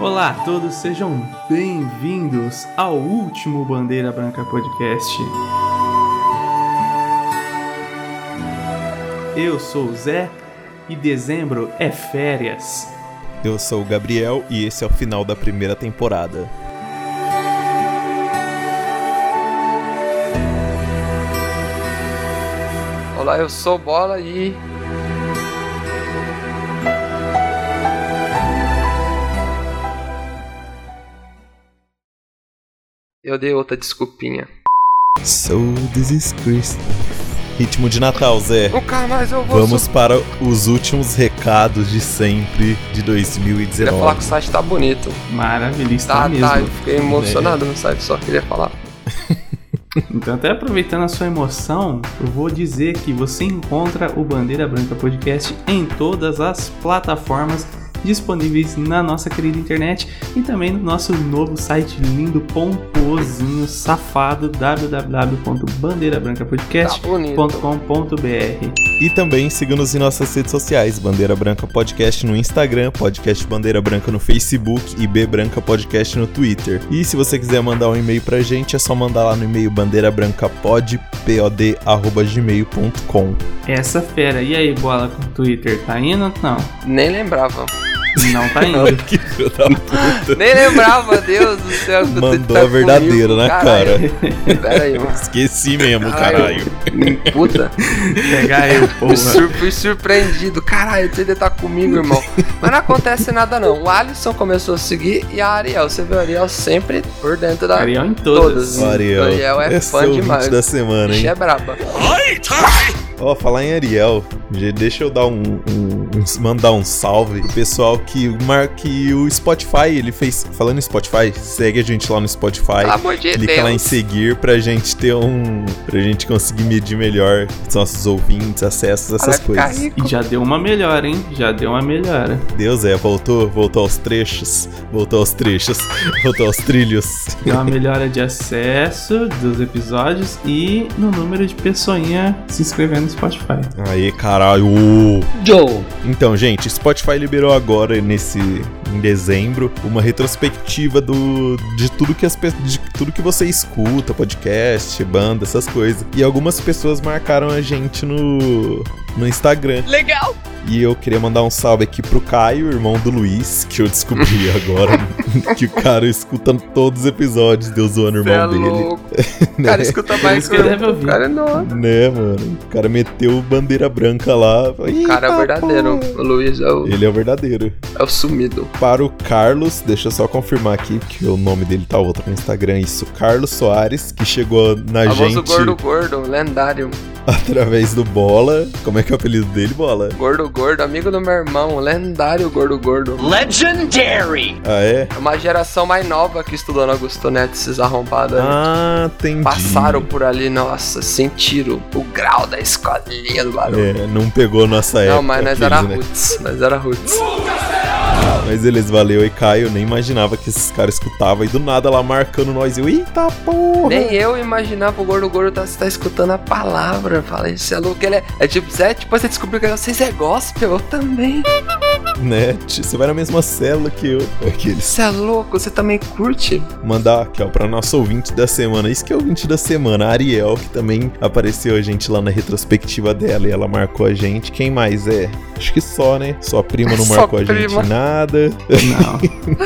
Olá a todos, sejam bem-vindos ao último Bandeira Branca Podcast. Eu sou o Zé e dezembro é férias. Eu sou o Gabriel e esse é o final da primeira temporada. Olá, eu sou Bola e. Eu dei outra desculpinha. So this is Christmas. Ritmo de Natal, Zé. Nunca mais eu vou. Vamos para os últimos recados de sempre de Queria falar 2019. que o site tá bonito. Maravilha, está Tá, mesmo. tá, eu fiquei emocionado É. no site, só queria falar. Tá Então, até aproveitando a sua emoção, eu vou dizer que você encontra o Bandeira Branca Podcast em todas as plataformas disponíveis na nossa querida internet e também no nosso novo site lindo, pomposinho, safado, Tá www.bandeirabrancapodcast.com.br. bonito. E também siga-nos em nossas redes sociais: Bandeira Branca Podcast no Instagram, Podcast Bandeira Branca no Facebook e B Branca Podcast no Twitter. E se você quiser mandar um e-mail pra gente, é só mandar lá no e-mail bandeirabrancapod.pod@gmail.com. Essa fera, e aí, bola com o Twitter, tá indo? Não, Nem lembrava. não tá indo. Que filho da puta. Nem lembrava, Deus do céu. que você Mandou tá a verdadeira, comigo, né, caralho. cara? Pera aí, mano. Esqueci mesmo, Caralho. caralho. Puta, Pegar eu, fui, porra. sur- fui surpreendido. Caralho, você ainda tá comigo, irmão. Mas não acontece nada, não. O Alisson começou a seguir e a Ariel. Você vê a Ariel sempre por dentro da. Ariel em todas. Todas. O Ariel, Ariel é esse fã é o demais. hit da semana, Bicho hein? é braba. Ó, falar em Ariel, de- deixa eu dar um, um- um- mandar um salve pro pessoal que marca que o Spotify, ele fez, falando em Spotify, segue a gente lá no Spotify. Pelo amor de Clica lá em Deus. seguir pra gente ter um. pra gente conseguir medir melhor os nossos ouvintes, acessos, Vai essas ficar coisas. rico. E já deu uma melhora, hein? Já deu uma melhora. Deus é, voltou, voltou aos trechos, voltou aos trechos, voltou aos trilhos. Deu uma melhora de acesso dos episódios e no número de pessoinha se inscrevendo no Spotify. Aí, caralho! Joe. Então, gente, Spotify liberou agora nesse em dezembro uma retrospectiva do de tudo que as pe- de tudo que você escuta, podcast, banda, essas coisas. E algumas pessoas marcaram a gente no no Instagram. Legal. E eu queria mandar um salve aqui pro Caio, irmão do Luiz, que eu descobri agora que o cara escuta todos os episódios, Deus zoando o Você é irmão dele. louco. O cara escuta mais isso que ele deve ouvir. O cara é novo. Né, mano? O cara meteu bandeira branca lá. O cara é Eita, o verdadeiro. pô. O Luiz é o, Ele é o verdadeiro. é o sumido. para o Carlos, deixa eu só confirmar aqui, porque o nome dele tá outro no Instagram, isso, Carlos Soares, que chegou na Famoso gente gordo gordo, um lendário. através do Bola. Como é que é o apelido dele, Bola? Gordo gordo, amigo do meu irmão, um lendário gordo gordo. Legendary! Ah, é? É uma geração mais nova que estudou na Augustonet, esses arrombados aí. Ah, entendi. Tá. Passaram por ali, nossa, sentiram o grau da escolinha do barulho. É, não pegou nossa época. Não, mas nós era aqueles, né? roots, nós era roots. Mas eles valeu e Caio, nem imaginava que esses caras escutavam e do nada lá marcando nós. Eu, eita porra! Nem eu imaginava o Gordo Gordo tá, tá escutando a palavra. Fala, isso é louco. Ele é, é tipo, Zé, tipo, você descobriu que vocês é gospel, eu também. Né? Ti- Você vai na mesma célula que eu. Aqueles. Você é louco, você também curte. mandar aqui, ó, pra nosso ouvinte da semana. Isso que é ouvinte da semana, a Ariel, que também apareceu a gente lá na retrospectiva dela e ela marcou a gente. Quem mais é? Acho que só, né? Sua prima não Só marcou a gente prima. em nada. Não.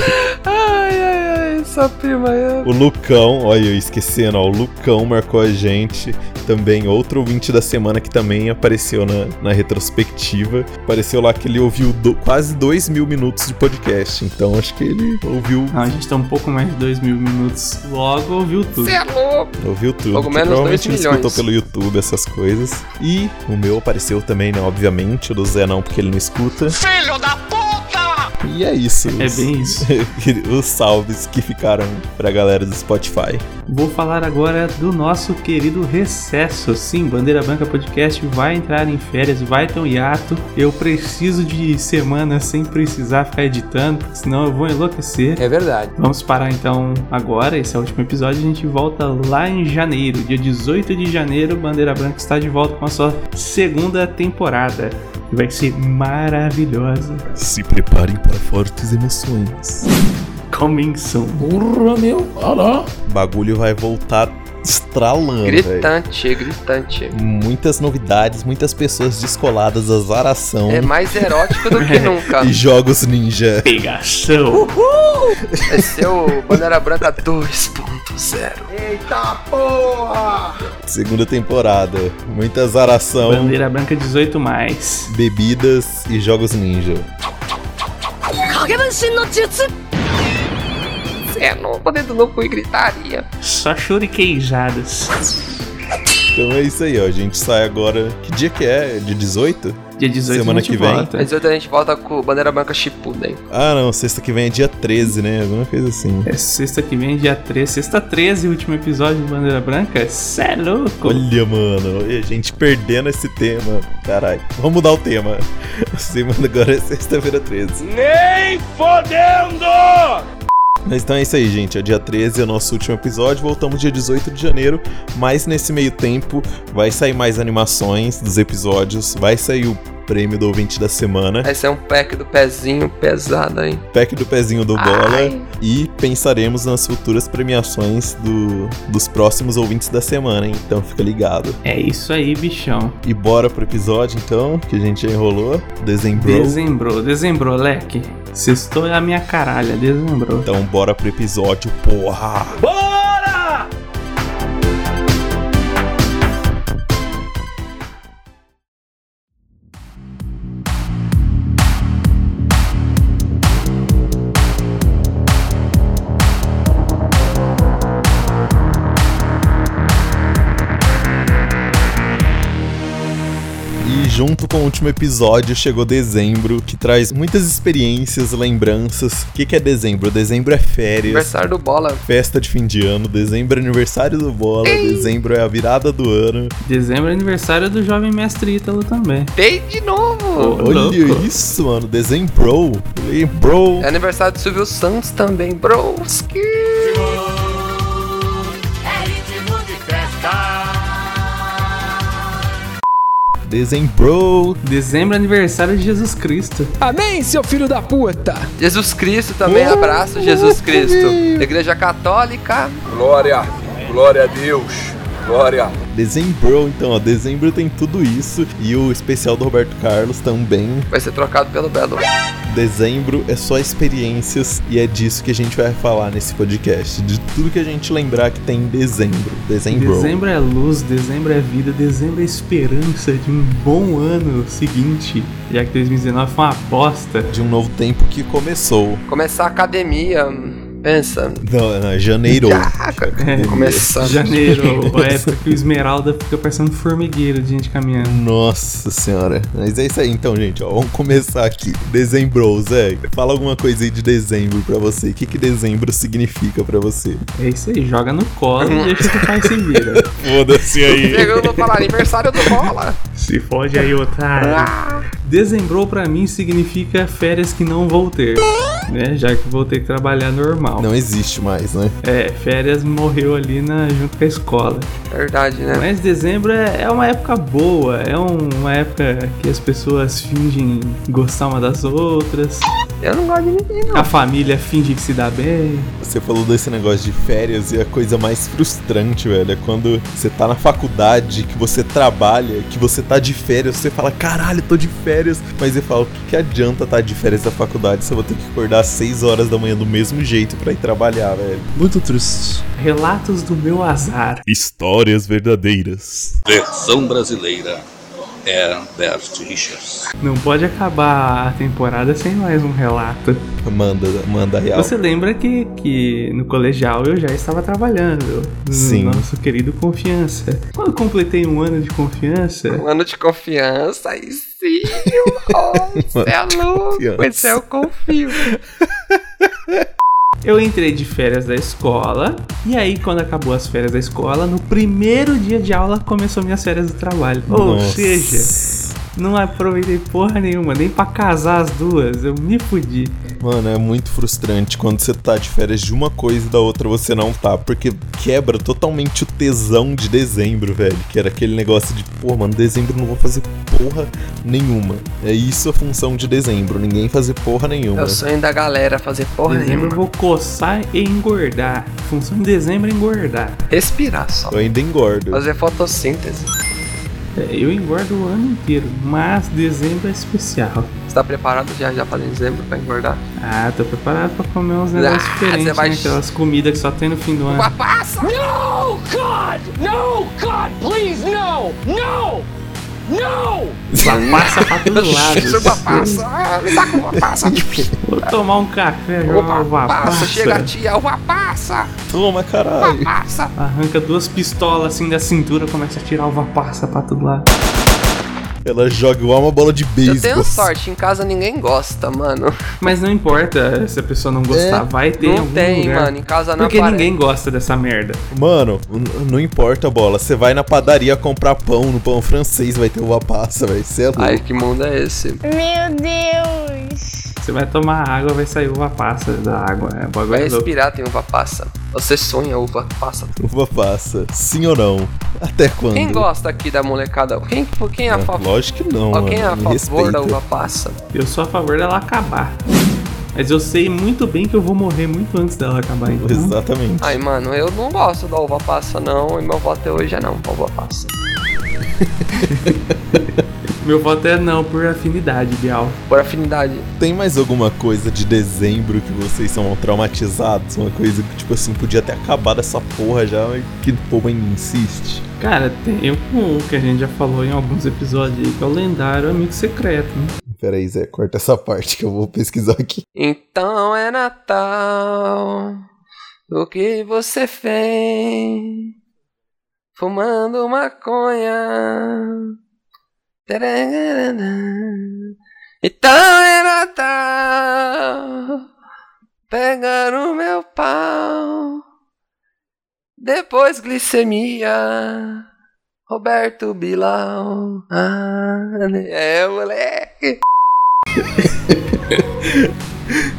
Ai, ai, ai, sua prima. é- O Lucão, olha eu esquecendo, ó, o Lucão marcou a gente. Também outro ouvinte da semana que também apareceu na, na retrospectiva. Apareceu lá que ele ouviu do- quase dois mil minutos de podcast. Então acho que ele ouviu, Não, a gente tá um pouco mais de dois mil minutos. Logo ouviu tudo. Você é louco. Ouviu tudo. Logo que menos provavelmente ele dois escutou milhões. pelo YouTube essas coisas. E o meu apareceu também, né? Obviamente, o do Zé não, porque ele não escuta. Filho da puta! E é isso. É bem isso. Os salves que ficaram pra galera do Spotify. Vou falar agora do nosso querido recesso. Sim, Bandeira Branca Podcast vai entrar em férias, vai ter um hiato. Eu preciso de semana sem precisar ficar editando, porque senão eu vou enlouquecer. É verdade. Vamos parar então agora, esse é o último episódio, a gente volta lá em janeiro, dia 18 de janeiro, Bandeira Branca está de volta com a sua segunda temporada, que vai ser maravilhosa. Se preparem para fortes emoções. Comensão. Porra, meu. Olha lá. O bagulho vai voltar estralando, velho. Gritante, gritante. Muitas novidades, muitas pessoas descoladas, azaração É mais erótico do que nunca. e jogos ninja. Pegação. Vai ser o É Bandeira Branca 2.0. Eita porra! Segunda temporada. Muita azaração, Bandeira branca 18 mais. bebidas e jogos ninja. 影分身の術 Você é louco, dedo louco e gritaria. Só churiqueijadas. Então é isso aí, ó. A gente sai agora. Que dia que é? De 18? Dia 18 Semana a gente que vem. volta. Mas hoje a gente volta com o Bandeira Branca Shippuden. Ah, não. Sexta que vem é dia 13, né? Alguma coisa assim. É sexta que vem, dia 3. Sexta 13, último episódio do Bandeira Branca. Cê é louco. Olha, mano. e A gente perdendo esse tema. Caralho. Vamos mudar o tema. Semana agora é sexta-feira 13. Nem fodendo! Mas então é isso aí, gente. É dia 13, é o nosso último episódio. Voltamos dia 18 de janeiro. Mas nesse meio tempo, vai sair mais animações dos episódios. Vai sair o prêmio do ouvinte da semana. Vai ser um pack do pezinho pesado, hein? pack do pezinho do bola Ai. e pensaremos nas futuras premiações do- dos próximos ouvintes da semana, hein? então fica ligado. É isso aí, bichão. E bora pro episódio então, que a gente já enrolou, desembrou. Dezembrou, dezembrou, leque. Sextou é a minha caralha, dezembrou. Então bora pro episódio, porra! Bora! E junto com o último episódio chegou dezembro, que traz muitas experiências, lembranças. O que, que é dezembro? Dezembro é férias. Aniversário do Bola. Festa de fim de ano, dezembro é aniversário do bola, dezembro é a virada do ano. Dezembro é aniversário do jovem mestre Ítalo também. Tem de novo! Ô, Olha louco. isso, mano, dezembro. Lembrou. É aniversário do Silvio Santos também, broski! É. Dezembro. Dezembro é aniversário de Jesus Cristo. Amém, seu filho da puta. Jesus Cristo também, abraço Jesus Cristo. Igreja Católica, Glória, glória a Deus, glória. Dezembro, então, ó. Dezembro tem tudo isso. E o especial do Roberto Carlos também. vai ser trocado pelo Belo. Dezembro é só experiências. E é disso que a gente vai falar nesse podcast. De tudo que a gente lembrar que tem em dezembro. Dezembro. Dezembro é luz, dezembro é vida, dezembro é esperança de um bom ano seguinte. Já que 2019 foi uma bosta. De um novo tempo que começou. Começar a academia, hum, pensa. Não, não, janeiro. Caraca, começar. É, Janeiro, a época que o Esmeralda fica parecendo um formigueiro de gente caminhando. Nossa senhora. Mas é isso aí então, gente. Ó, vamos começar aqui. Dezembro, Zé. Fala alguma coisa aí de dezembro pra você. O que, que dezembro significa pra você? É isso aí, joga no colo e deixa que o pai se vira. Foda-se aí. Chegou pra falar aniversário do Bola. Se fode aí, otário. Dezembrou Ah. pra mim significa férias que não vou ter. Né? Já que vou ter que trabalhar normal. Não existe mais, né? É, férias morreu ali na, junto com a escola. Verdade, né? Mas dezembro é, é uma época boa, é um- uma época que as pessoas fingem gostar uma das outras, Eu não gosto de ninguém, não. a família finge que se dá bem. Você falou desse negócio de férias e a coisa mais frustrante, velho, é quando você tá na faculdade, que você trabalha, que você tá de férias, você fala, caralho, tô de férias. Mas você fala, o que, que adianta tá de férias da faculdade se eu vou ter que acordar às 6 horas da manhã do mesmo jeito pra ir trabalhar, velho? Muito triste. Relatos do meu azar. Histórias verdadeiras. Versão brasileira, Herbert Richards. Não pode acabar a temporada sem mais um relato. Manda, manda real. Você lembra que, que no colegial eu já estava trabalhando? No Sim. Nosso querido Confiança. Quando completei um ano de confiança, Um ano de confiança, aí sim, oh, você é louco, confiança. esse eu confio. eu entrei de férias da escola. E aí, quando acabou as férias da escola, no primeiro dia de aula começou minhas férias do trabalho. Ou Nossa. seja, Não aproveitei porra nenhuma, nem pra casar as duas. Eu me fudi. Mano, é muito frustrante quando você tá de férias de uma coisa e da outra você não tá, porque quebra totalmente o tesão de dezembro, velho. Que era aquele negócio de, pô, mano, dezembro eu não vou fazer porra nenhuma. É isso a função de dezembro, ninguém fazer porra nenhuma. É o sonho da galera fazer porra Dezembro eu nenhuma. vou coçar e engordar. Função de dezembro é engordar. Respirar só. Eu ainda engordo. Fazer fotossíntese. É, Eu engordo o ano inteiro, mas dezembro é especial. Você tá preparado já, já pra dezembro pra engordar? Ah, tô preparado pra comer uns negócios Ah, diferentes, você vai- né? Aquelas comidas que só tem no fim do ano. Guapaça! No, God! No, God, please, no! No! No! Passa pra todo Isso, Tá lado. guapaça! Ah, me dá com guapaça! Vou tomar um café, jogar uma Opa, passa, passa. chega a tia, guapaça! Toma, caralho. Guapaça! Arranca duas pistolas assim da cintura, começa a tirar uva passa pra todo lado. Ela joga igual uma bola de beisebol. Eu tenho sorte, em casa ninguém gosta, mano. Mas não importa se a pessoa não gostar, vai ter em É, não algum tem, lugar. mano, em casa não Porque aparece. ninguém gosta dessa merda. Mano, n- não importa a bola. Você vai na padaria comprar pão, no pão francês vai ter uva passa, velho. Você é louco. Ai, que mundo é esse? Meu Deus! Você vai tomar água, vai sair uva passa da água. É, o bagulho Vai é louco. respirar, tem uva passa. Você sonha uva passa. Uva passa. Sim ou não? Até quando? Quem gosta aqui da molecada? Quem, quem é a É, favor? Lógico que não, Quem é a mano. Me favor da respeita. uva passa? Eu sou a favor dela acabar. Mas eu sei muito bem que eu vou morrer muito antes dela acabar. Então, Exatamente. Ai, mano, eu não gosto da uva passa, não. E meu voto é hoje é não, pra uva passa. Meu voto é não, por afinidade, Bial. Por afinidade. Tem mais alguma coisa de dezembro que vocês são traumatizados? Uma coisa que, tipo assim, podia ter acabado essa porra já, mas que o povo ainda insiste. Cara, tem um que a gente já falou em alguns episódios aí, que é o lendário amigo secreto, né? Pera aí, Zé, corta essa parte que eu vou pesquisar aqui. Então é Natal. O que você fez? Fumando maconha. Tararararã. Então é Natal. Pegando meu pau. Depois glicemia. Roberto Bilal. Ah, é, moleque.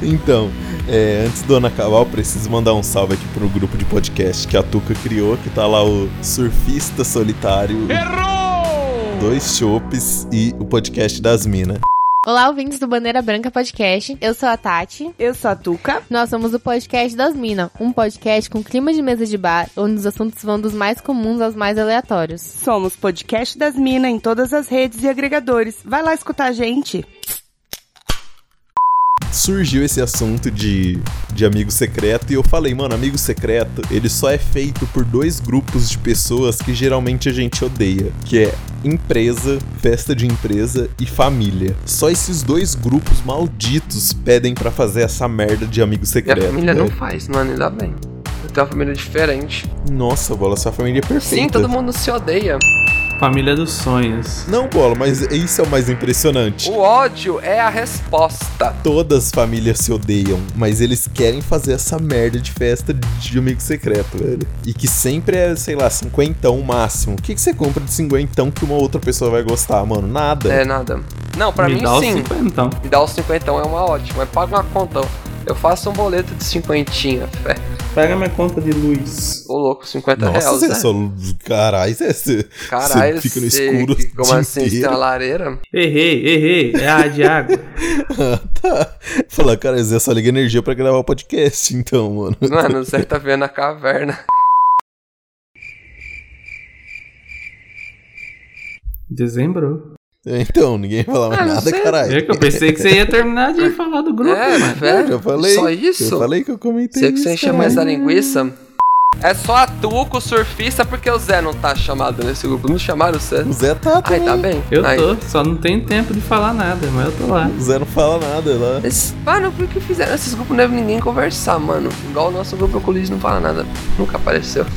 Então, é, antes do ano acabar, eu preciso mandar um salve aqui pro grupo de podcast que a Tuca criou, que tá lá o Surfista Solitário, Errou! Dois Chopes e o podcast das Minas. Olá, ouvintes do Bandeira Branca Podcast. Eu sou a Tati. Eu sou a Tuca. Nós somos o podcast das Minas, um podcast com clima de mesa de bar, onde os assuntos vão dos mais comuns aos mais aleatórios. Somos podcast das Minas em todas as redes e agregadores. Vai lá escutar a gente. Surgiu esse assunto de, de amigo secreto e eu falei, mano, amigo secreto, ele só é feito por dois grupos de pessoas que geralmente a gente odeia, que é empresa, festa de empresa e família. Só esses dois grupos malditos pedem pra fazer essa merda de amigo Minha secreto. família não velho. faz, mano, ainda bem. Eu tenho uma família diferente. Nossa, Bola, sua família é perfeita. Sim, todo mundo se odeia. Família dos sonhos. Não, Bola, mas isso é o mais impressionante. O ódio é a resposta. Todas as famílias se odeiam, mas eles querem fazer essa merda de festa de amigo secreto, velho. E que sempre é, sei lá, cinquentão máximo. O que, que você compra de cinquentão que uma outra pessoa vai gostar, mano? Nada. É nada. Não, pra Me mim dá sim. o cinquentão. Me dá os cinquentão é uma ótima. Mas paga uma conta. Eu faço um boleto de cinquentinha, fé. Pega minha conta de luz. Ô louco, 50 Nossa, reais, Zé, né? só... Caralho, Zé, você... você Caralho, fica no cê- escuro que- o Como dia assim? Você tem uma inteiro. lareira? Errei, errei. É a de água. tá. Fala, cara, Zé, só liga energia pra gravar o podcast, então, mano. Mano, você tá vendo a caverna. Dezembro. Então, ninguém fala mais Ah, não nada, sei. É caralho. que eu pensei que você ia terminar de falar do grupo, É, mano. velho. Eu falei. Só isso? Eu falei que eu comentei Você que isso, você enche mais caralho. da linguiça? É só a Tuco, surfista, porque o Zé não tá chamado nesse grupo. Não chamaram o Zé? O Zé tá Ai, também. tá bem. Eu Ai. tô, só não tenho tempo de falar nada, mas eu tô lá. O Zé não fala nada lá. Esse- Mano, por que fizeram? Esses grupos não devem ninguém conversar, mano. Igual o nosso grupo, o Colis não fala nada. Nunca apareceu.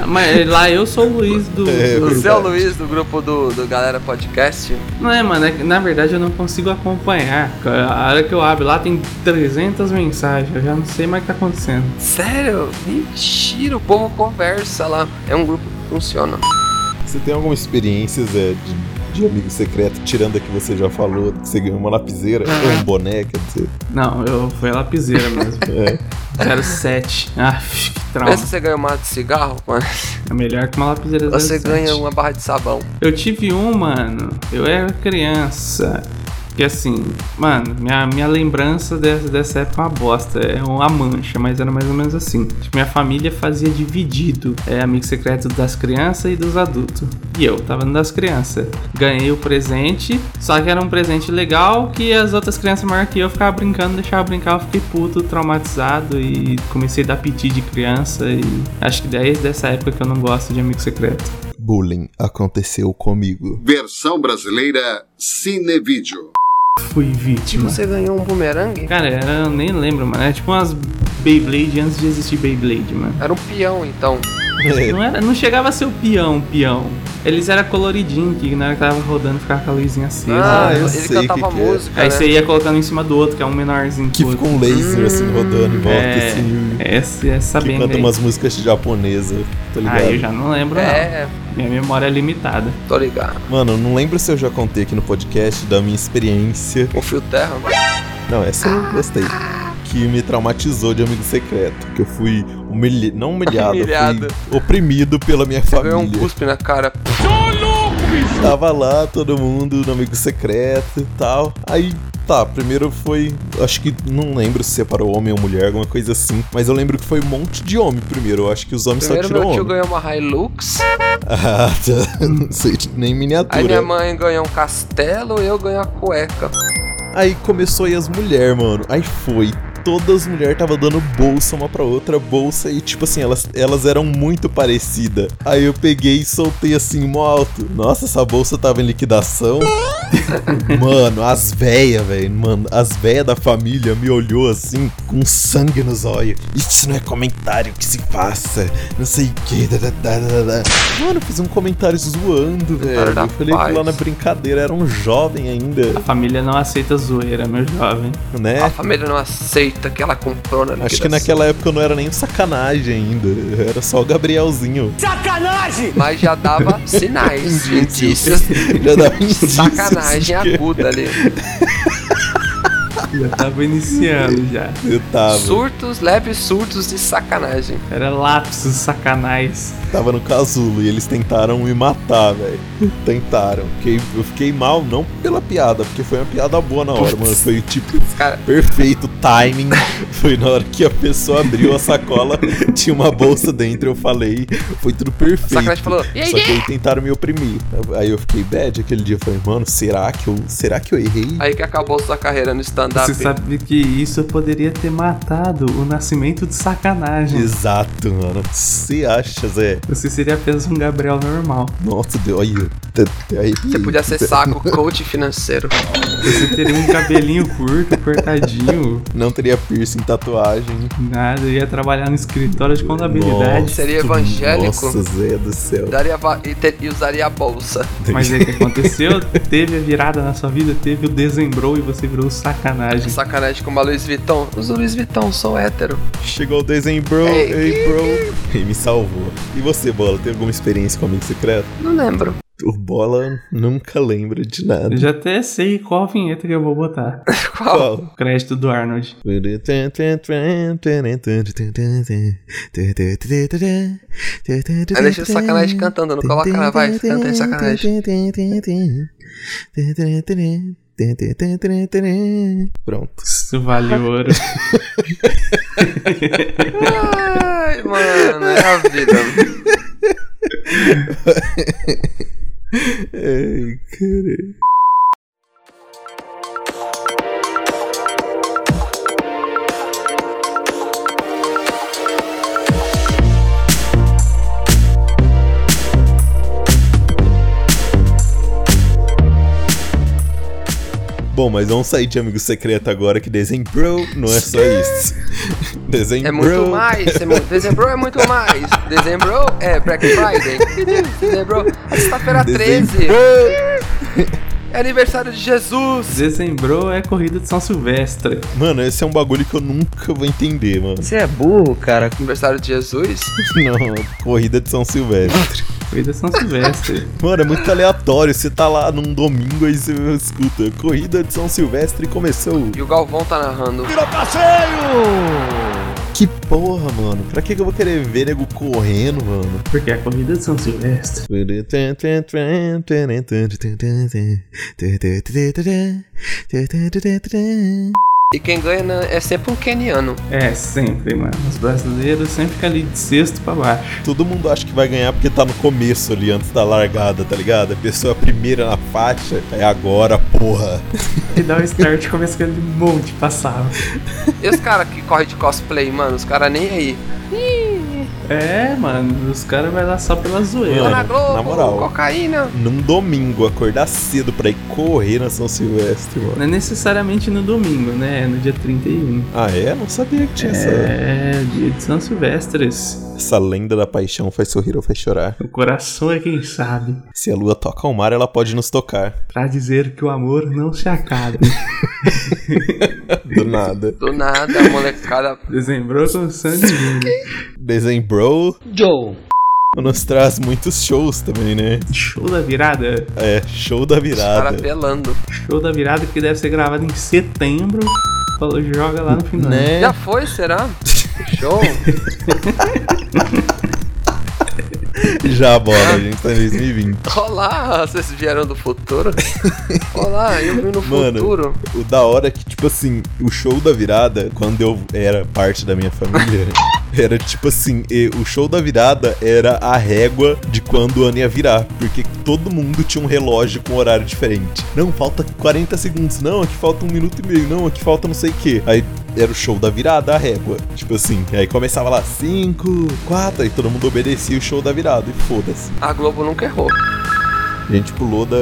Ah, Mas lá eu sou o Luiz do. É, do- O verdade. Zé Luiz, do grupo do, do Galera Podcast, Não é, mano, é que, na verdade eu não consigo acompanhar. A hora que eu abro lá tem 300 mensagens, eu já não sei mais o que tá acontecendo. sério, mentira, o povo conversa lá. É um grupo que funciona. Você tem alguma experiência, Zé, de, de amigo secreto, tirando a que você já falou, que você ganhou uma lapiseira ou um boné, quer dizer. Não, eu foi a lapiseira mesmo. É. 07. Ah, que trauma. Pensa se você ganha uma de cigarro, mano. É melhor que uma lapiseira Você 07. ganha uma barra de sabão. Eu tive um, mano. Eu era criança. E assim, mano, minha, minha lembrança dessa, dessa época é uma bosta. É uma mancha, mas era mais ou menos assim. Tipo, Minha família fazia dividido. É amigo secreto das crianças e dos adultos. E eu tava no das crianças. Ganhei o presente, só que era um presente legal que as outras crianças maiores que eu ficavam brincando, deixavam brincar. Eu fiquei puto, traumatizado e comecei a dar piti de criança. E acho que desde dessa época que eu não gosto de amigo secreto. Bullying aconteceu comigo. Versão brasileira Cinevídeo. Fui vítima. Você ganhou um bumerangue? Cara, era, eu nem lembro, mano. Era tipo umas Beyblade antes de existir Beyblade, mano. Era um peão, então. É. Não, era, não chegava a ser o peão, peão. Eles eram coloridinhos, que na hora que tava rodando ficava com a luzinha acesa. Ah, eu ele sei que cantava que é. música. Aí né? você ia colocando um em cima do outro, que é um menorzinho. Que que o outro. ficou um laser assim rodando em volta, É, assim. Essa, essa Que bem canta aí. umas músicas japonesas, tá ligado? Ah, eu já não lembro, É, não. Minha memória é limitada. tô ligado. Mano, eu não lembro se eu já contei aqui no podcast da minha experiência. O fio terra. Não, essa eu gostei. Que me traumatizou de amigo secreto. Que eu fui humilhado. Não humilhado, Humilhado. eu fui oprimido pela minha Você ganhou um família. cuspe na cara. Tava lá todo mundo no amigo secreto e tal. Aí. Tá, primeiro foi. Acho que não lembro se separou homem ou mulher, alguma coisa assim. Mas eu lembro que foi um monte de homem primeiro. Eu acho que os homens Primeiro só tirou meu tio homem. ganhou uma Hilux. Ah, tá. Não sei, nem miniatura. Aí minha mãe ganhou um castelo e eu ganhei a cueca. Aí começou aí as mulheres, mano. Aí foi. Todas as mulheres tava dando bolsa uma pra outra, bolsa, e tipo assim, elas, elas eram muito parecidas. Aí eu peguei e soltei assim, mó alto. Nossa, essa bolsa tava em liquidação. mano, as véia, velho. Mano, as véia da família me olhou assim, com sangue nos olhos. Isso não é comentário que se passa. Não sei o que. Mano, eu fiz um comentário zoando, velho. da Eu falei que lá paz. na brincadeira era um jovem ainda, A família não aceita zoeira, meu jovem. né? A família não aceita que ela comprou né? na Acho que liquidação. naquela época eu não era nem um sacanagem ainda. eu Era só o Gabrielzinho. Mas já dava sinais, indícios. Já dava indícios. Sacanagem é aguda ali. Já tava iniciando já. Eu tava. Surtos, leves surtos de sacanagem. Era lapsos sacanais. Tava no casulo e eles tentaram me matar, velho. Tentaram. Fiquei- eu fiquei mal, não pela piada, porque foi uma piada boa na hora, mano. Foi tipo. Cara- Perfeito timing. Foi na hora que a pessoa abriu a sacola, tinha uma bolsa dentro, eu falei. Foi tudo perfeito. Sacanagem falou, "E aí, Só que aí tentaram me oprimir. Aí eu fiquei bad aquele dia. eu Falei, mano, será que eu, será que eu errei? Aí que acabou sua carreira no stand-up. Você sabe que isso poderia ter matado o nascimento de sacanagem. Exato, mano. Você acha, Zé? Você seria apenas um Gabriel normal. Nossa, deu aí. Você podia ser saco, coach financeiro. Você teria um cabelinho curto, cortadinho, Não teria piercing, tatuagem. nada. Ia trabalhar no escritório de contabilidade. Seria evangélico. Nossa, Zé do céu. Daria va- e, te- e usaria a bolsa. Mas aí o que aconteceu? Teve a virada na sua vida, teve o desembrou e você virou sacanagem. Sacanagem com uma Luiz Vitão. Usa o Luiz Vitão, sou hétero. Chegou o desenho, bro. Ei, Ei. bro. E me salvou. E você, Bola, tem alguma experiência com amigo secreto? Não lembro. O Bola nunca lembra de nada. Eu já até sei qual a vinheta que eu vou botar. Qual? O crédito do Arnold. Aí deixa o é sacanagem cantando, não coloca na vai, canta aí sacanagem. Pronto. Isso vale ouro. Ai, mano, é a vida. Ai, cara. Bom, mas vamos sair de amigo secreto agora que desenho bro não é só isso. Desenho É bro. muito mais, é muito- dezembro é muito mais. Dezembro é Black Friday. Dezembro é sexta-feira Desenho 13. bro. É aniversário de Jesus. Desembrou é corrida de São Silvestre. Mano, esse é um bagulho que eu nunca vou entender, mano. Você é burro, cara. Aniversário de Jesus? Não, corrida de São Silvestre. Corrida São Silvestre. Mano, é muito aleatório. Você tá lá num domingo aí você escuta. Corrida de São Silvestre começou. E o Galvão tá narrando. Virou passeio! Que porra, mano. Pra que que eu vou querer ver nego correndo, mano? Porque a corrida de São Silvestre. E quem ganha né, é sempre um keniano. É, sempre, mano. Os brasileiros sempre ficam ali de sexto pra baixo. Todo mundo acha que vai ganhar porque tá no começo ali, antes da largada, tá ligado? A pessoa é a primeira na faixa. É agora, porra. E dá o start e começa aquele monte passava. E os caras que correm de cosplay, mano, os caras nem aí. É, mano, os caras vão lá só pela Tô Tá na zoeira. Globo, É, na moral. cocaína. Num domingo, acordar cedo pra ir correr na São Silvestre, mano. Não é necessariamente no domingo, né? É no dia 31. Ah, é? Não sabia que tinha essa, É, dia de São Silvestres. essa lenda da paixão faz sorrir ou faz chorar. O coração é quem sabe. Se a lua toca o mar, ela pode nos tocar. Pra dizer que o amor não se acaba. Do nada. Do nada, a molecada. Desembrou com sangue vindo. Desenbro Joe. nos traz muitos shows também, né? Show da virada. É, show da Os caras virada. pelando. Show da virada que deve ser gravado em setembro. Falou, joga lá no final. Né? Já foi, será? Show? Já bora, a gente tá em 2020. Olá, vocês vieram do futuro? Olá, eu vim no Mano. futuro. O da hora é que, tipo assim, o show da virada, quando eu era parte da minha família, era tipo assim, e o show da virada era a régua de quando o ano ia virar. Porque todo mundo tinha um relógio com horário diferente. Não, falta 40 segundos, não, aqui falta um minuto e meio, não, aqui falta não sei o quê. Aí era o show da virada, a régua. Tipo assim, aí começava lá 5, 4, aí todo mundo obedecia o show da virada, e foda-se. A Globo nunca errou. A gente pulou da.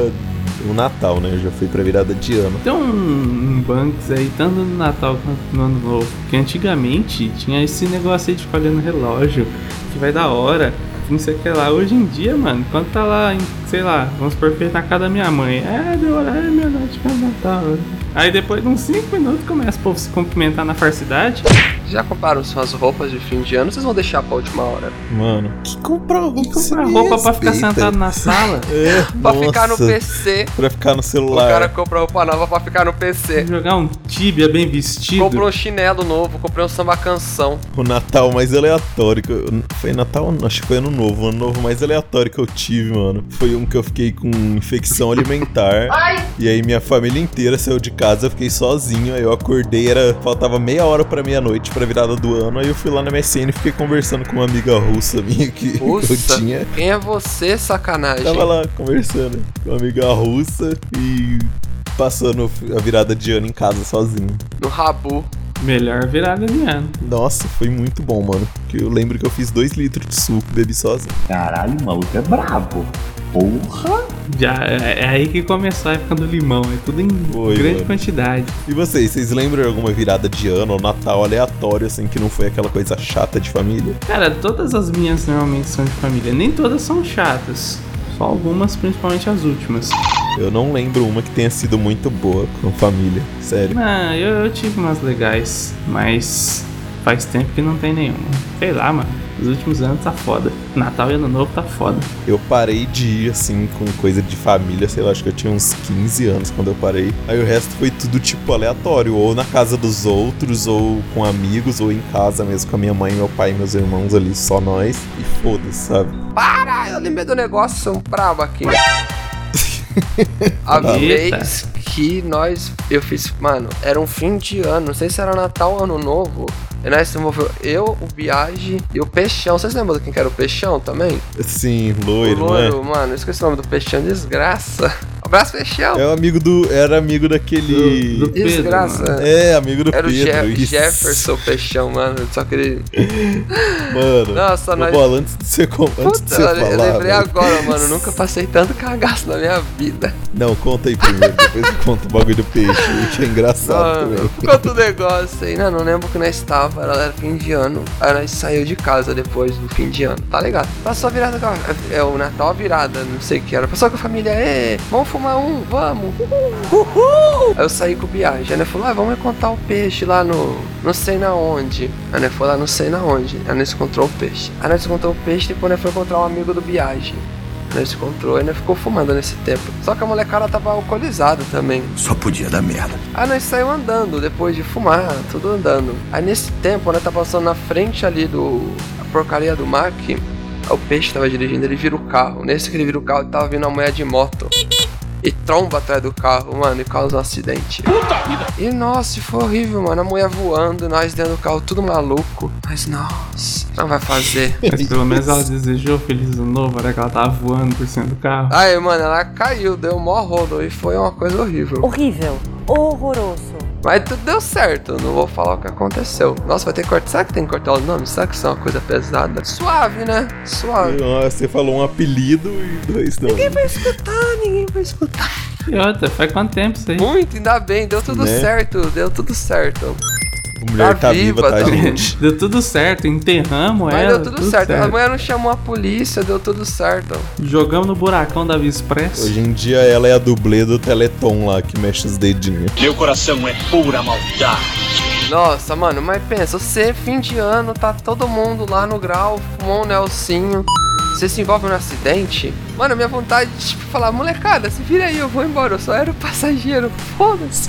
O Natal, né? Eu já fui pra virada de ano. Tem um, um Banks aí, tanto no Natal quanto no Ano Novo, que antigamente tinha esse negócio aí de ficar olhando o relógio, que vai da hora, que não sei o que lá. Hoje em dia, mano, quando tá lá, em, sei lá, vamos supor feito na casa da minha mãe, é, deu hora, é meu Deus, é Natal. Aí depois de uns 5 minutos começa o povo se cumprimentar na farcidade. Já compraram suas roupas de fim de ano? Vocês vão deixar pra última hora? Mano, que comprar roupa? E comprar roupa pra ficar sentado na sala, É, Pra ficar no nossa, PC. Pra ficar no O celular. cara comprou roupa nova pra ficar no É. PC. jogar um tibia bem vestido. Comprou um chinelo novo, comprei um samba canção. O Natal mais aleatório que eu... Foi Natal? não, Acho que foi Ano Novo. O Ano Novo mais aleatório que eu tive, mano. Foi um que eu fiquei com infecção alimentar. e aí minha família inteira saiu de casa, eu fiquei sozinho. Aí eu acordei, era... Faltava meia hora pra meia-noite pra virada do ano. Aí eu fui lá na MSN e fiquei conversando com uma amiga russa minha que Russa? eu tinha. Quem é você, sacanagem? Tava lá conversando com uma amiga russa e passando a virada de ano em casa sozinho. No Rabu. Melhor virada de ano. Nossa, foi muito bom, mano. Que eu lembro que eu fiz 2 litros de suco, bebi sozinho. Caralho, o maluco é brabo. Porra! Já, é, é aí que começou a época do limão, é tudo em Foi, grande mano. quantidade. E vocês, vocês lembram de alguma virada de ano ou Natal aleatório, assim, que não foi aquela coisa chata de família? Cara, todas as minhas normalmente são de família. Nem todas são chatas. Só algumas, principalmente as últimas. Eu não lembro uma que tenha sido muito boa com família, sério. Ah, eu, eu tive umas legais, mas faz tempo que não tem nenhuma. Sei lá, mano. Os últimos anos tá foda. Natal e Ano Novo tá foda. Eu parei de ir, assim, com coisa de família, sei lá, acho que eu tinha uns 15 anos quando eu parei. Aí o resto foi tudo, tipo, aleatório. Ou na casa dos outros, ou com amigos, ou em casa mesmo, com a minha mãe, meu pai e meus irmãos ali, só nós. E foda-se, sabe? Ah, eu lembrei do negócio, são brabo aqui. A Eita. vez que nós. Eu fiz. Mano, era um fim de ano, não sei se era Natal ou Ano Novo. E nós se moveu eu, o Biage e o Peixão. Vocês lembram de quem que era o Peixão também? Sim, O Assim, loiro, né? loiro, mano, eu esqueci o nome do Peixão, desgraça. Abraço, Peixão! né? É o amigo do. Era amigo daquele. Do- do- Pedro, Desgraça. É, amigo do Era o Pedro. Jeff- isso. Jefferson Peixão, mano. eu Só queria. Mano. Nossa, Ô, nós. Bola, antes de você, com- antes de Puta, você eu falar. lembrei velho. agora, mano. eu Nunca passei tanto cagaço na minha vida. Não, conta aí primeiro, depois eu conto o bagulho do peixe, que é engraçado Mano, também. quanto negócio aí. assim. Não, não lembro que nós estava, era, era fim de ano. Aí nós saiu de casa depois do fim de ano. Tá ligado? Passou a virada com a- É o Natal a virada, não sei o que era. Passou com a família, ê, vamos fumar um, vamos. Uhul! Aí eu saí com o Biage. Aí nós falou, ah, vamos encontrar o peixe lá no. Não sei na onde. Aí nós foi lá, não sei na onde. Aí nós encontrou o peixe. Aí nós encontrou o peixe, depois nós foi encontrar um amigo do Biage. nesse controle, né? Ficou fumando nesse tempo. Só que a molecada tava alcoolizada também. Só podia dar merda. Aí Ah, nós saiu andando, depois de fumar, tudo andando. Aí nesse tempo, né, tá passando na frente ali do... A porcaria do Mac, o peixe tava dirigindo, ele vira o carro. Nesse que ele vira o carro, tava vindo uma mulher de moto e tromba atrás do carro, mano, e causa um acidente. Puta vida! E nossa, foi horrível, mano. A mulher voando, nós dentro do carro, tudo maluco. Mas nossa, não vai fazer. Mas pelo menos ela desejou feliz ano novo, era que ela tava voando por cima do carro. Aí, mano, ela caiu, deu mó rolo e foi uma coisa horrível. Horrível. Horroroso. Mas tudo deu certo, não vou falar o que aconteceu. Nossa, vai ter que cortar. Será que tem que cortar os nomes? Será que isso é uma coisa pesada? Suave, né? Suave. Nossa, você falou um apelido e dois nomes. Ninguém vai escutar, Ah, ninguém vai escutar. E outra, faz quanto tempo isso aí? Muito, ainda bem, deu tudo Né? certo, deu tudo certo. A mulher tá, viva, tá, gente? deu tudo certo, enterramos Mas ela. deu tudo, certo. A mulher não é- chamou a polícia, deu tudo certo. Jogamos no buracão da Via Express. Hoje em dia ela é a dublê do Teleton lá, que mexe os dedinhos. Meu coração é pura maldade. Nossa, mano, mas pensa, você fim de ano, tá todo mundo lá no grau, fumou um Nelsinho. Você se envolve num acidente? Mano, minha vontade de tipo, falar, molecada, se vira aí, eu vou embora, eu só era o passageiro, foda-se.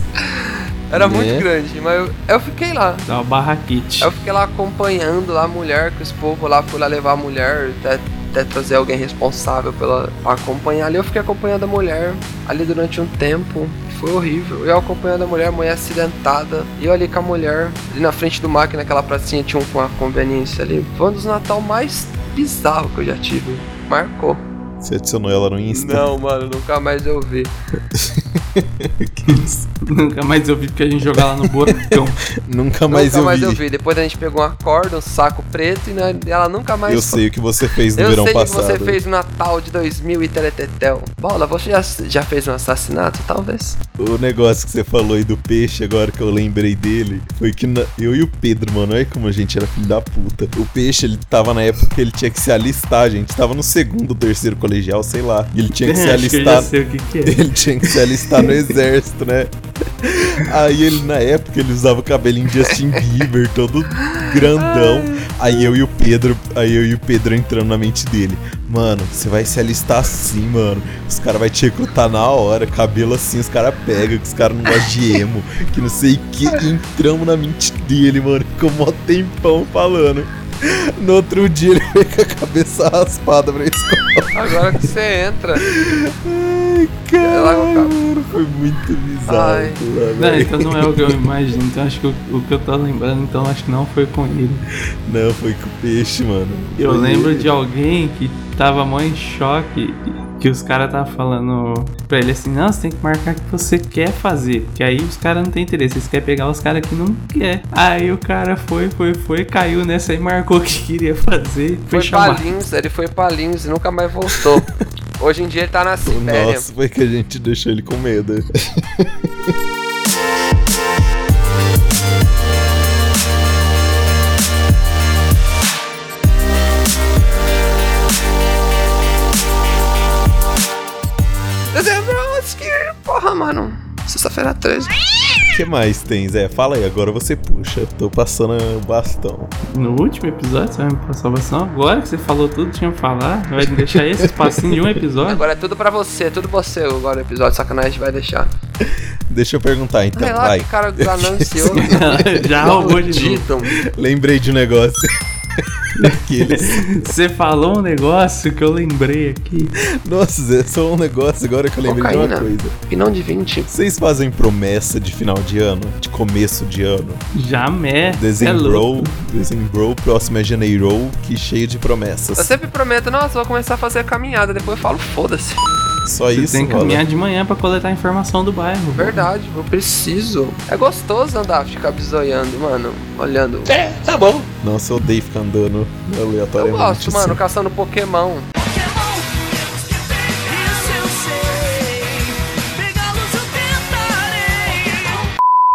Era Né? muito grande, mas eu, eu fiquei lá. Dá uma barraquite. Eu fiquei lá acompanhando lá a mulher, que os povos lá foram lá levar a mulher, até, até trazer alguém responsável pela pra acompanhar. Ali eu fiquei acompanhando a mulher ali durante um tempo. Foi horrível. Eu acompanhando a mulher, a mulher acidentada. E eu ali com a mulher, ali na frente do MAC, naquela pracinha, tinha um com a conveniência ali. Foi um dos Natal mais bizarro que eu já tive. Marcou. Você adicionou ela no Insta? Não, mano, nunca mais eu vi. Que isso? Nunca mais eu vi porque a gente jogava lá no buracão. Nunca mais nunca eu mais vi. eu vi. Depois a gente pegou uma corda, um saco preto e né, ela nunca mais Eu sei o que você fez no Eu verão sei passado. que você fez no Natal de 2000 e teletetel. Bola, você já, já fez um assassinato, talvez? O negócio que você falou aí do peixe, agora que eu lembrei dele, foi que na- eu e o Pedro, mano, olha como a gente era filho da puta. O peixe, ele tava na época que ele tinha que se alistar, gente. Tava no segundo, terceiro colegial, sei lá. E ele tinha que se Acho que eu já alistar. sei o que, que é. Ele tinha que se alistar no exército, né? Aí ele, na época, ele usava o cabelinho Justin Bieber, todo grandão. Aí eu e o Pedro, aí eu e o Pedro entrando na mente dele. Mano, você vai se alistar assim, mano. Os caras vão te recrutar na hora, cabelo assim, os caras pegam, que os caras não gostam de emo, que não sei o que. Entramos na mente dele, mano. Ficou mó tempão falando. No outro dia ele veio com a cabeça raspada pra escola. Agora que você entra. Ai, Ela com o cara, cabo. mano, foi muito bizarro. Ai. aquilo lá, Não, velho. então não é o que eu imagino. Então acho que o, o que eu tô lembrando, então acho que não foi com ele. Não, foi com o peixe, mano. Eu Foi lembro ele. de alguém que tava mó em choque. Que os caras tava falando pra ele assim, não, você tem que marcar o que você quer fazer. Que aí os caras não tem interesse, eles querem pegar os caras que não quer. Aí o cara foi, foi, foi, caiu nessa e marcou o que queria fazer. Foi, Foi, pra chamado. Lins, ele foi pra Lins e nunca mais voltou. Hoje em dia ele tá na Sibéria. Nossa, foi que a gente deixou ele com medo. Dezembro, que porra, mano. Sexta-feira 13. O que mais tem, Zé? Fala aí, agora você puxa. Eu Tô passando o bastão. No último episódio, você vai me passar o bastão? Agora que você falou tudo, tinha que falar. Vai deixar esse passinho de um episódio? Agora é tudo pra você, é tudo você agora o episódio, sacanagem vai deixar. Deixa eu perguntar então, Vai lá, vai. que cara ganancioso. Já roubou de novo. Maldito. Lembrei de um negócio. Daqueles. Você falou um negócio que eu lembrei aqui. Nossa, Zé, só um negócio agora que eu lembrei de Cocaína. uma coisa. E não de 20. Vocês fazem promessa de final de ano? De começo de ano? Jamais. é Dezembro, louco. dezembro, próximo é janeiro, que cheio de promessas. Eu sempre prometo, nossa, vou começar a fazer a caminhada, depois eu falo, foda-se. Só Você isso, tem que rola. caminhar de manhã pra coletar informação do bairro. Verdade, eu preciso. É gostoso andar, ficar bisoiando, mano. Olhando. Nossa, eu odeio ficar andando Eu aleatoriamente. gosto, assim. mano, caçando Pokémon.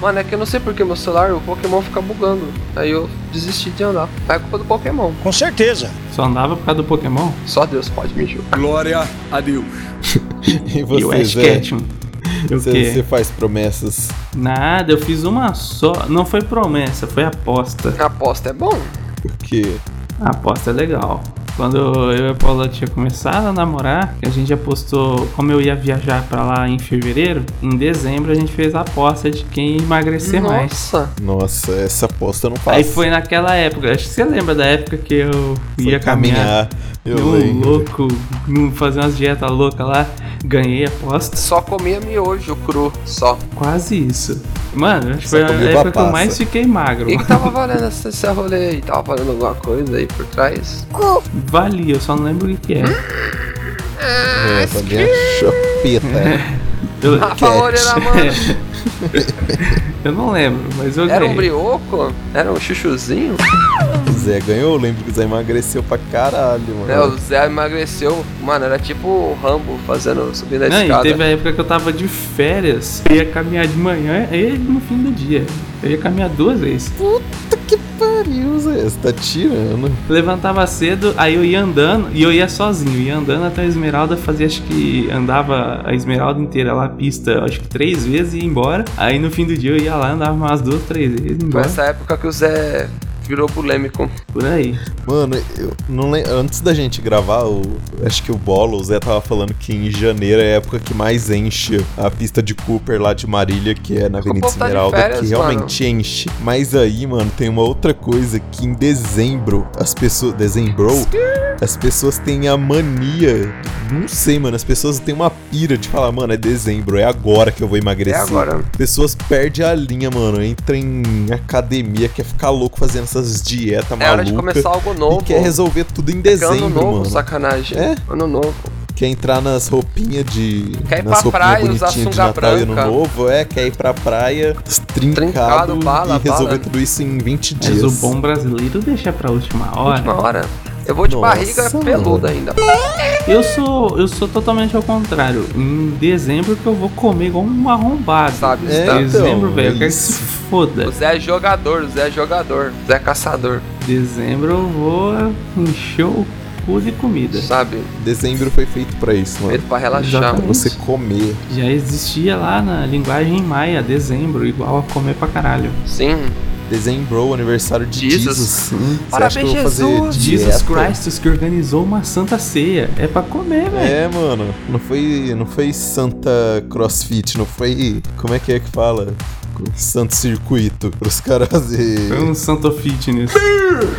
Mano, é que eu não sei porque meu celular, o Pokémon fica bugando. Aí eu desisti de andar. Mas É culpa do Pokémon. Com certeza. Só andava por causa do Pokémon? Só Deus pode me julgar. Glória a Deus. E e o você, Ash Zé? Ketchum. Eu Você, quê? você faz promessas. Nada, eu fiz uma só. Não foi promessa, foi aposta. A aposta é bom. Porque A aposta é legal. Quando eu e a Paula tinha começado a namorar, a gente apostou como eu ia viajar pra lá em fevereiro, em dezembro a gente fez a aposta de quem ia emagrecer Nossa. mais. Nossa, essa aposta eu não faço. Aí foi naquela época, acho que você lembra da época que eu Fui ia caminhar. Eu Eu lembro. louco, hum, fazer umas dietas loucas lá, ganhei a aposta. Só comia miojo cru, só. Quase isso. Mano, acho que Só foi a comia época que eu papassa. mais fiquei magro. E que tava valendo esse, esse rolê aí? Tava valendo alguma coisa aí por trás? Valia, eu só não lembro o que que é. É, essa minha chupeta. Eu... Ah, Paola na mão. eu não lembro, mas eu Era um ganhei. brioco? Era um chuchuzinho? O Zé ganhou, eu lembro que o Zé emagreceu pra caralho, mano. É, o Zé emagreceu. Mano, era tipo o Rambo fazendo subindo a Não, e escada. teve a época que eu tava de férias, eu ia caminhar de manhã e no fim do dia. Eu ia caminhar duas vezes. Puta que pariu, Zé. Você tá tirando. Levantava cedo, aí eu ia andando, e eu ia sozinho, ia andando até a Esmeralda, fazia acho que andava a Esmeralda inteira lá, a pista, acho que três vezes e ia embora. Aí no fim do dia eu ia lá, andava umas duas, três vezes e ia Foi embora. essa época que o Zé virou polêmico. É Por aí. Mano, eu não lem- antes da gente gravar, o- acho que o Bolo, o Zé tava falando que em janeiro é a época que mais enche a pista de Cooper lá de Marília, que é na Avenida povo tá de Esmeralda, férias, que realmente enche. Mas aí, mano, tem uma outra coisa que em dezembro as pessoas. Dezembrou? As pessoas têm a mania. Não sei, mano. As pessoas têm uma pira de falar, mano, é dezembro, é agora que eu vou emagrecer. É agora. Pessoas perdem a linha, mano. Entra em academia, quer ficar louco fazendo essas dietas É hora malucas. de começar algo novo. E quer resolver tudo em É que é ano dezembro, novo, mano. sacanagem. É? Ano novo. Quer entrar nas roupinhas de. Quer ir nas pra roupinhas praia, usar bonitinhas de sunga Natal e Ano branca. Novo, é? Quer ir pra praia, trincado, Trincado, bala, e resolver bala. tudo É isso em 20 Mas dias. o bom brasileiro deixa pra última hora. Última hora. Eu vou de Nossa, barriga mano. peluda ainda. Eu sou, eu sou totalmente ao contrário. Em dezembro que eu vou comer igual um arrombado. Sabe, É, tá? dezembro, então, velho, eu quero é que isso. se foda. O Zé é jogador, o Zé é jogador. O Zé é caçador, Dezembro eu vou encher o cu de comida. É. sabe? Dezembro foi feito pra isso, mano. Feito pra relaxar. Pra Exatamente. você comer. Já existia lá na linguagem maia, dezembro, igual a comer pra caralho. Sim. Dezembro, o aniversário de Jesus. Jesus. Hum, Você Parabéns, acha que eu vou fazer Jesus. dieta? Jesus Christ que organizou uma santa ceia. É pra comer, velho. É, mano. Não foi, não foi Santa Crossfit, não foi. Como é que é que fala? Santo Circuito. Pros caras. Foi um santo fitness.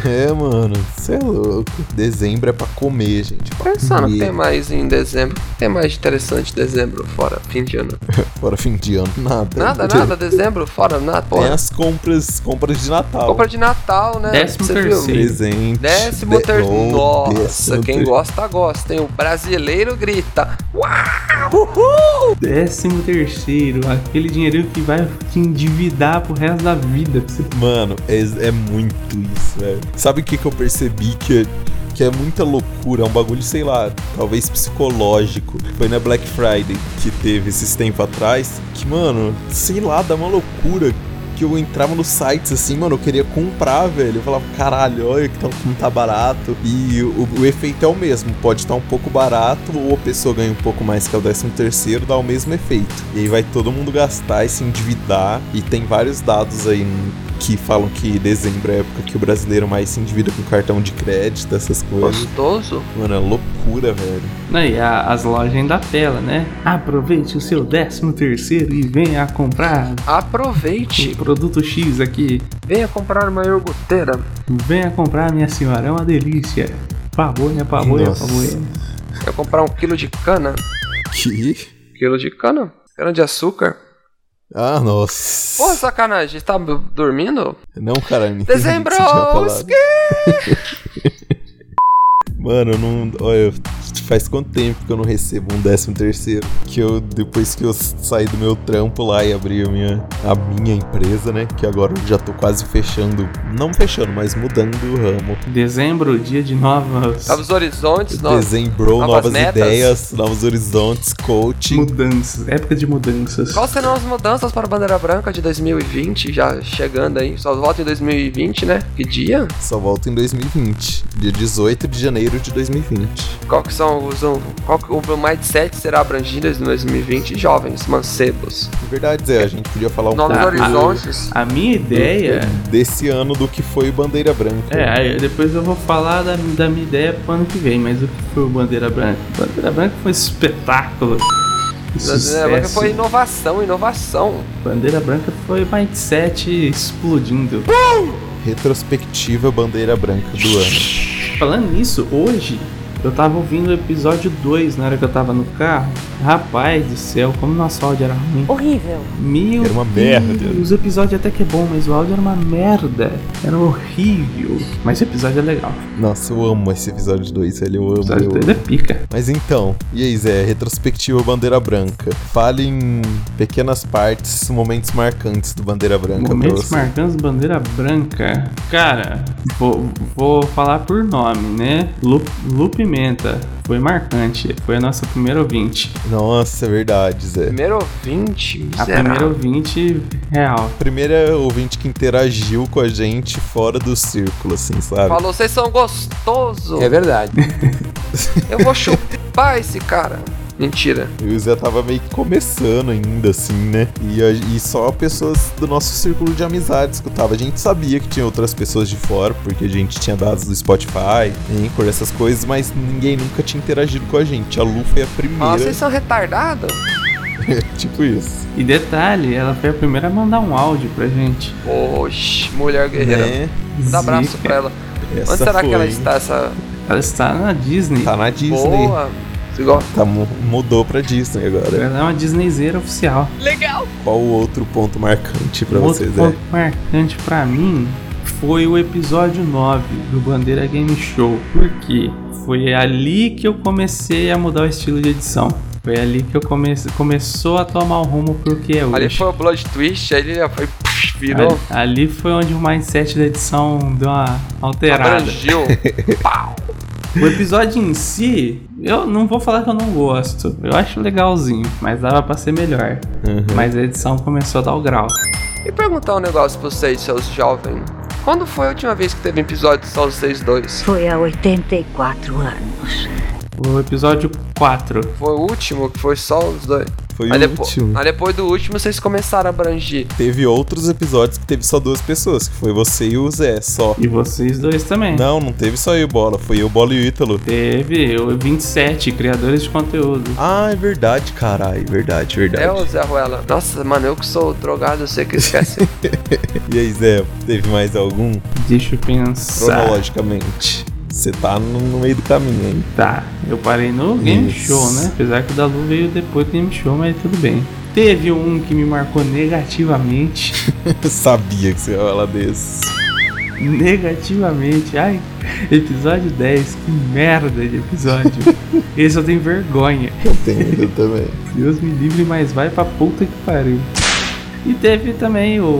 É, mano. Você é louco. Dezembro é pra comer, gente. Pra Pensando, o que comer. tem mais em dezembro? O que tem mais de interessante em dezembro? Fora fim de ano. Fora fim de ano, nada. Nada, nada, dezembro? Fora nada, Tem porra. as compras, compras de Natal. Compra de Natal, né? Décimo Você viu? terceiro. Presente. Décimo de- terceiro. Oh, Nossa, décimo quem ter- gosta, gosta, hein? O brasileiro grita. Décimo terceiro, aquele dinheirinho que vai te endividar pro resto da vida. Pra você Mano, é, é muito isso, velho. Sabe o que, que eu percebi que é, que é muita loucura? É um bagulho, sei lá, talvez psicológico. Foi na Black Friday que teve esses tempos atrás. Que, mano, sei lá, dá uma loucura. Que eu entrava nos sites assim, mano, eu queria comprar, velho. Eu falava, caralho, olha que tá, como tá barato. E o, o efeito é o mesmo. Pode estar um pouco barato, ou a pessoa ganha um pouco mais que é o 13 terceiro, dá o mesmo efeito. E aí vai todo mundo gastar e se endividar. E tem vários dados aí hum, que falam que dezembro é a época que o brasileiro mais se endivida com cartão de crédito, essas coisas. Gostoso? Mano, é loucura, velho. Não, e a- as lojas ainda tela, né? Aproveite o seu 13 terceiro e venha comprar o Aproveite. produto X aqui. Venha comprar uma iogurteira. Venha comprar, minha senhora, é uma delícia. Pamonha, pamonha, Nossa. pamonha. Quer comprar um quilo de cana? Que? Quilo de cana? Cana de açúcar? Ah, nossa. Porra, sacanagem, tá b- dormindo? Não, caralho. não Dezembro! entendi o que você tinha falado. Mano, eu não. Olha, faz quanto tempo que eu não recebo um décimo terceiro? Que eu, depois que eu saí do meu trampo lá e abri a minha, a minha empresa, né? Que agora eu já tô quase fechando. Não fechando, mas mudando o ramo. Dezembro, dia de novas Tá nos horizontes, nós. Dezembrou novas novas, metas. ideias, novos horizontes, coaching. mudanças, época de mudanças. Quais serão as mudanças para a bandeira branca de 2020? Já chegando aí, só volta em 2020, né? Que dia? Só volta em 2020, dia 18 de janeiro janeiro de 2020. Qual que são os. um- Qual que, o mindset será abrangido em 2020? Jovens, mancebos. Verdade, Zé, a gente podia falar um Novos pouco do- Ah, horizontes. A minha ideia. desse ano do que foi o Bandeira Branca. É, aí depois eu vou falar da, da minha ideia pro ano que vem, mas o que foi o Bandeira Branca? O Bandeira Branca foi um espetáculo. Que Bandeira Branca sucesso. é, foi inovação, inovação. Bandeira Branca foi mindset explodindo. Retrospectiva Bandeira Branca do ano. Falando nisso, hoje eu tava ouvindo o episódio 2 na hora que eu tava no carro. Rapaz do céu, como nosso áudio era ruim. Horrível. Meu Era uma merda. Os episódios até que é bom, mas o áudio era uma merda. Era horrível. Mas o episódio é legal. Nossa, eu amo esse episódio 2, velho. Eu O amo. episódio Eu 2 amo. é pica. Mas então, e aí, Zé? Retrospectiva Bandeira Branca. Fale em pequenas partes, momentos marcantes do Bandeira Branca pra Momentos você. marcantes bandeira branca. Cara, vou, vou falar por nome, né? Lu, Lu Pimenta. Foi marcante. Foi a nossa primeira ouvinte. Nossa, é verdade, Zé. Primeiro ouvinte, Ah, A miserável. primeira ouvinte real. Primeira ouvinte que interagiu com a gente fora do círculo, assim, sabe? Falou, vocês são gostosos. É verdade. Eu vou chupar esse cara. Mentira. E o Zé tava meio que começando ainda, assim, né? E, a- e só pessoas do nosso círculo de amizade escutava. A gente sabia que tinha outras pessoas de fora, porque a gente tinha dados do Spotify, Anchor, essas coisas, mas ninguém nunca tinha interagido com a gente. A Lu foi a Ah, primeira. vocês são retardados? tipo isso. E detalhe, ela foi a primeira a mandar um áudio pra gente. Oxi, mulher guerreira. Né? Dá abraço Zica. pra ela. Essa Onde será foi, que ela hein? está, essa Ela está na Disney. Tá na Disney. boa? Você gosta? Tá, mu- mudou pra Disney agora. Ela é uma Disneyzeira oficial. Qual o outro ponto marcante pra Um outro vocês, Zé? é. ponto marcante pra mim foi o episódio 9 do Bandeira Game Show. Por quê? Foi ali que eu comecei a mudar o estilo de edição. Foi ali que eu comecei, começou a tomar o rumo pro que é hoje. Ali foi o Blood Twist, aí ele já foi. psh, Virou. Ali- ali foi onde o mindset da edição deu uma alterada. Abrangiu. O episódio em si, eu não vou falar que eu não gosto. Eu acho legalzinho, mas dava pra ser melhor. Uhum. Mas a edição começou a dar o grau. E perguntar um negócio pra vocês, seus jovens. Quando foi a última vez que teve um episódio só vocês dois? Foi há 84 anos. O episódio 4. Foi o último que foi só os dois? Foi aí, o depo- último. aí depois do último vocês começaram a abrangir. Teve outros episódios que teve só duas pessoas, que foi você e o Zé só. E vocês dois também. Não, não teve só eu, Bola. Foi eu, Bola e o Ítalo. Teve o 27 criadores de conteúdo. Ah, é verdade, caralho. Verdade, verdade. É, ô Zé Ruela. Nossa, mano, eu que sou drogado, eu sei que esquece. E aí, Zé, teve mais algum? Deixa eu pensar. Cronologicamente. Você tá no, no meio do caminho, hein? Tá, eu parei no Game Isso. Show, né? Apesar que o da Lu veio depois do Game Show, mas tudo bem. Teve um que me marcou negativamente. Eu sabia que você ia falar desse. negativamente. Ai, episódio 10. Que merda de episódio. Esse eu tenho vergonha. Eu tenho eu também. Deus me livre, mas vai pra puta que pariu. E teve também o.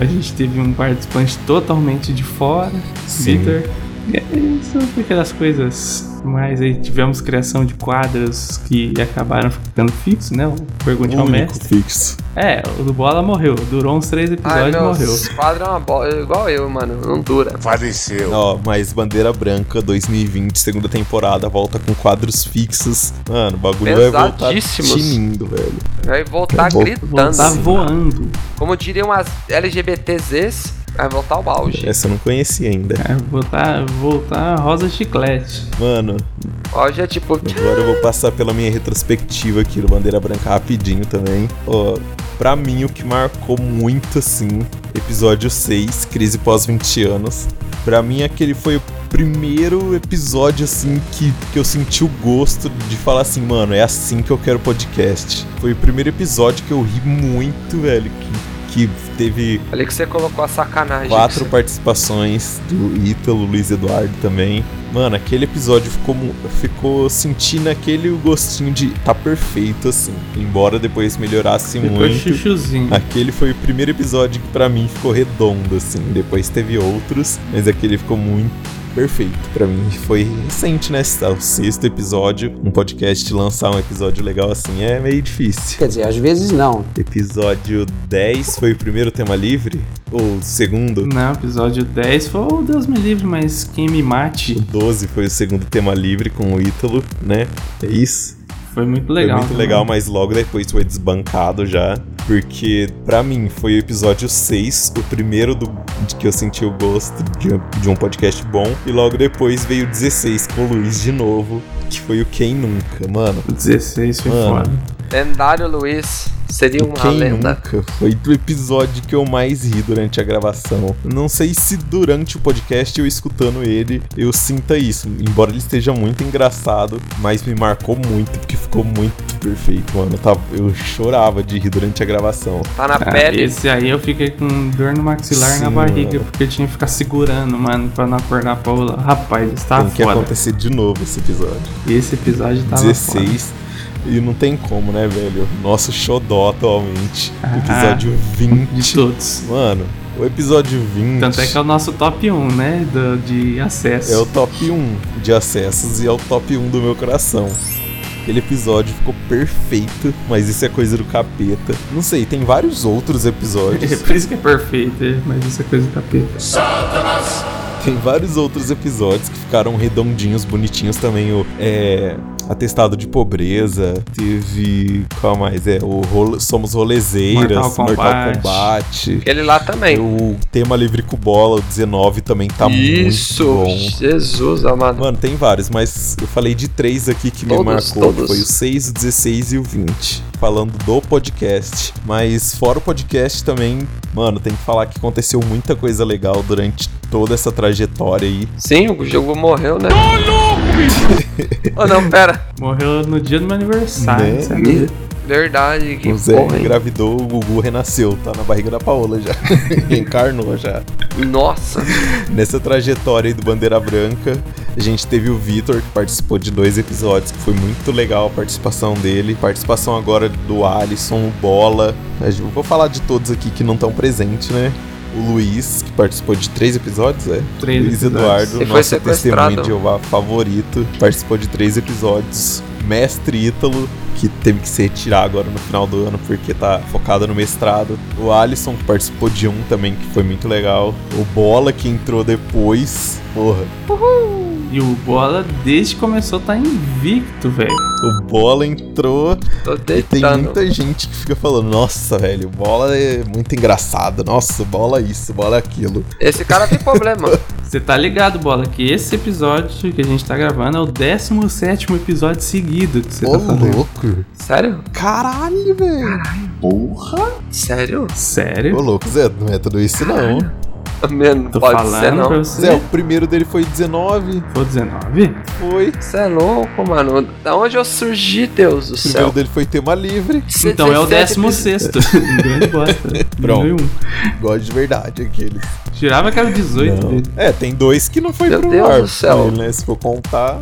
A gente teve um participante totalmente de fora, Sim. Vitor. E é Isso foi aquelas coisas. Mas aí tivemos criação de quadros que acabaram ficando fixos, né? O Pergunte ao Único Mestre. fixo. É, o do Bola morreu. Durou uns três Ai, episódios e meu morreu. quadro é uma bola. Igual eu, mano. Não dura. Ó, mas Bandeira Branca 2020, segunda temporada, volta com quadros fixos. Mano, o bagulho vai voltar Pesadíssimos. tinindo, velho. Vai voltar Eu vou- gritando. Tá voando. Como diriam as LGBTZs, vai voltar ao auge. Essa eu não conheci ainda. É, voltar, voltar rosa chiclete. Mano, Hoje é tipo. Agora eu vou passar pela minha retrospectiva aqui do Bandeira Branca rapidinho também. Ó, pra mim o que marcou muito assim, episódio 6, crise pós 20 anos. Pra mim aquele foi o primeiro episódio assim que, que eu senti o gosto de falar assim, mano, é assim que eu quero podcast. Foi o primeiro episódio que eu ri muito, velho, que, que teve Ali que você colocou a sacanagem. Quatro participações do Ítalo, Luiz Eduardo também. Mano, aquele episódio ficou, mu- ficou sentindo aquele gostinho de tá perfeito, assim. Embora depois melhorasse Depois muito. chuchuzinho. Aquele foi o primeiro episódio que pra mim ficou redondo, assim. Depois teve outros, mas aquele ficou muito perfeito. Pra mim foi recente, né? Esse é O sexto episódio. Um podcast lançar um episódio legal assim é meio difícil. Quer dizer, às vezes não. Episódio 10 foi o primeiro tema livre? Ou o segundo? Não, episódio 10 foi o Deus me livre, mas quem me mate. O 12 foi o segundo tema livre com o Ítalo, né? É isso. Foi muito legal. Foi muito né? legal, mas logo depois foi desbancado já. Porque, pra mim, foi o episódio 6, o primeiro do, de que eu senti o gosto de, de um podcast bom. E logo depois veio o 16 com o Luiz de novo, que foi o Quem Nunca, mano. O 16 foi Mano. foda. Lendário Luiz. Seria uma Quem lenda. nunca? Foi o episódio que eu mais ri durante a gravação. Não sei se durante o podcast eu escutando ele, eu sinta isso. Embora ele esteja muito engraçado, mas me marcou muito, porque ficou muito perfeito, mano. Eu, tava- eu chorava de rir durante a gravação. Tá na Ah, pele. Esse aí eu fiquei com dor no maxilar e na Sim, barriga, mano. porque eu tinha que ficar segurando, mano, pra não acordar a Paula. Rapaz, isso tá Tem que foda. acontecer de novo esse episódio. Esse episódio tava foda. 16. E não tem como, né, velho? Nosso xodó atualmente. Ah. Episódio 20. De todos. Mano, o episódio 20. Tanto é que é o nosso top 1, né? do- de acesso. É o top 1 de acessos e é o top 1 do meu coração. Aquele episódio ficou perfeito, mas isso é coisa do capeta. Não sei, tem vários outros É episódios. por isso que é perfeito, é, mas isso é coisa do capeta. Tem vários outros episódios que ficaram redondinhos, bonitinhos também. O é, Atestado de Pobreza, teve. Qual mais? É, o Role- Somos Rolezeiras, Mortal Kombat. Kombat. Ele lá também. O tema livre com bola, o 19, também tá Isso. muito bom. Jesus amado. Mano, tem vários, mas eu falei de três aqui que me Todos, marcou. todos. Foi o 6, o 16 e o 20. Falando do podcast. Mas fora o podcast também, mano, tem que falar que aconteceu muita coisa legal durante toda essa trajetória aí. Sim, o jogo morreu, né? Ô, não, pera. Morreu no dia do meu aniversário, é Né? sabe? Verdade, que O Zé porra, hein? engravidou, o Gugu renasceu, tá na barriga da Paola já. Reencarnou já. Nossa. Nessa trajetória aí do Bandeira Branca, a gente teve o Vitor, que participou de dois episódios, que foi muito legal a participação dele. Participação agora do Alisson, o Bola. A gente- Eu vou falar de todos aqui que não estão presentes, né? O Luiz, que participou de três episódios, é? Três episódios. Luiz Eduardo, Ele foi nosso testemunho sequestrado. de Jeová favorito, participou de três episódios. Mestre Ítalo, que teve que se retirar agora no final do ano porque tá focado no mestrado. O Alisson, que participou de um também, que foi muito legal. O Bola, que entrou depois. Porra, E o Bola, desde que começou, tá invicto, velho. o Bola entrou Tô E tem deitando. muita gente que fica falando, nossa, velho, bola é muito engraçado, nossa, bola é isso, bola aquilo. Esse cara tem problema. Você tá ligado, Bola, que esse episódio que a gente tá gravando é o 17 episódio seguido que você Ô, tá fazendo. louco. Sério? Caralho, velho. Porra! Sério? Ô, Sério? louco, Zé, não é tudo isso não. Mano, Tô pode falando ser não. pra Zé, você. o primeiro dele foi 19, Foi 19? foi. Você é louco, mano. Da onde eu surgi, Deus do O primeiro céu? dele foi tema livre. Então é o 17 16. Grande bosta. Pronto. Diminuiu um. Gosto de verdade aquele. Girava que era o 18 Não. dele. É, tem dois que não foi Meu pro Deus ar. do céu. ele, né? Se for contar,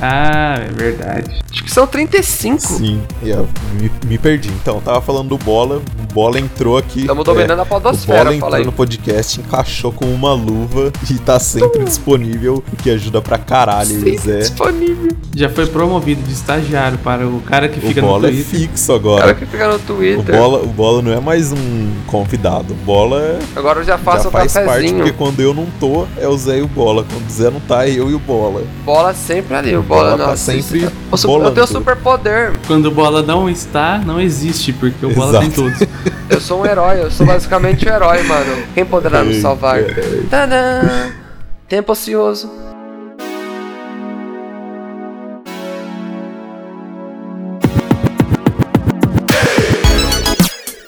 Ah, é verdade. Acho que são 35. sim. E, ó, me, me perdi. Então, tava falando do bola. O bola entrou aqui. Estamos é, dominando a O Bola podosfera, fala entrou aí. no podcast, encaixou com uma luva e tá sempre disponível, o que ajuda pra caralho, é. Sim, Zé. disponível. Já foi promovido de estagiário para o cara que O fica no Bola é Twitter. fixo O cara agora. que fica no O Twitter. bola, o bola não é mais um convidado. O Bola é- Agora eu já já faço o faz parte, cafezinho. porque quando eu não tô, é o Zé e o Bola. Quando o Zé não tá, é eu e o Bola. Bola sempre ali, o bola, Bola tá nossa, isso- sempre o su- Eu bolando. tenho superpoder. Quando o bola não está, não existe, porque o bola Exato. tem todos. Eu sou um herói, eu sou basicamente um herói, mano. Quem poderá nos Ei, salvar? Tadã! Tempo ocioso.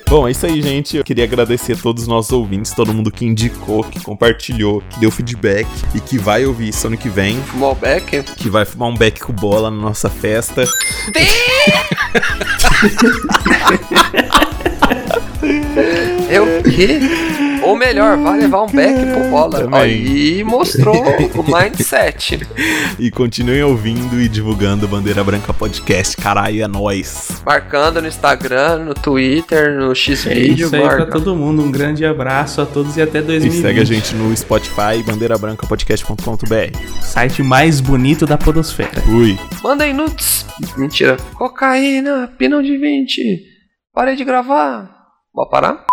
Bom, é isso aí, gente. Eu queria agradecer a todos os nossos ouvintes, todo mundo que indicou, que compartilhou, que deu feedback e que vai ouvir isso ano que vem, Um Malbec? que vai fumar um beck com bola na nossa festa. É. Eu que? Ou melhor, vai levar um back pro bola. Também. Aí mostrou o mindset. E continuem ouvindo e divulgando o Bandeira Branca Podcast. Caralho, é nóis. Marcando no Instagram, no Twitter, no É Xvideo, isso aí pra marca. todo mundo. Um grande abraço a todos e até E 2020. segue a gente no Spotify, bandeirabrancapodcast.com.br. Site mais bonito da podosfera. Fui. Mandem nudes. Mentira. Cocaína, pinão de 20. Parei de gravar. Pode parar?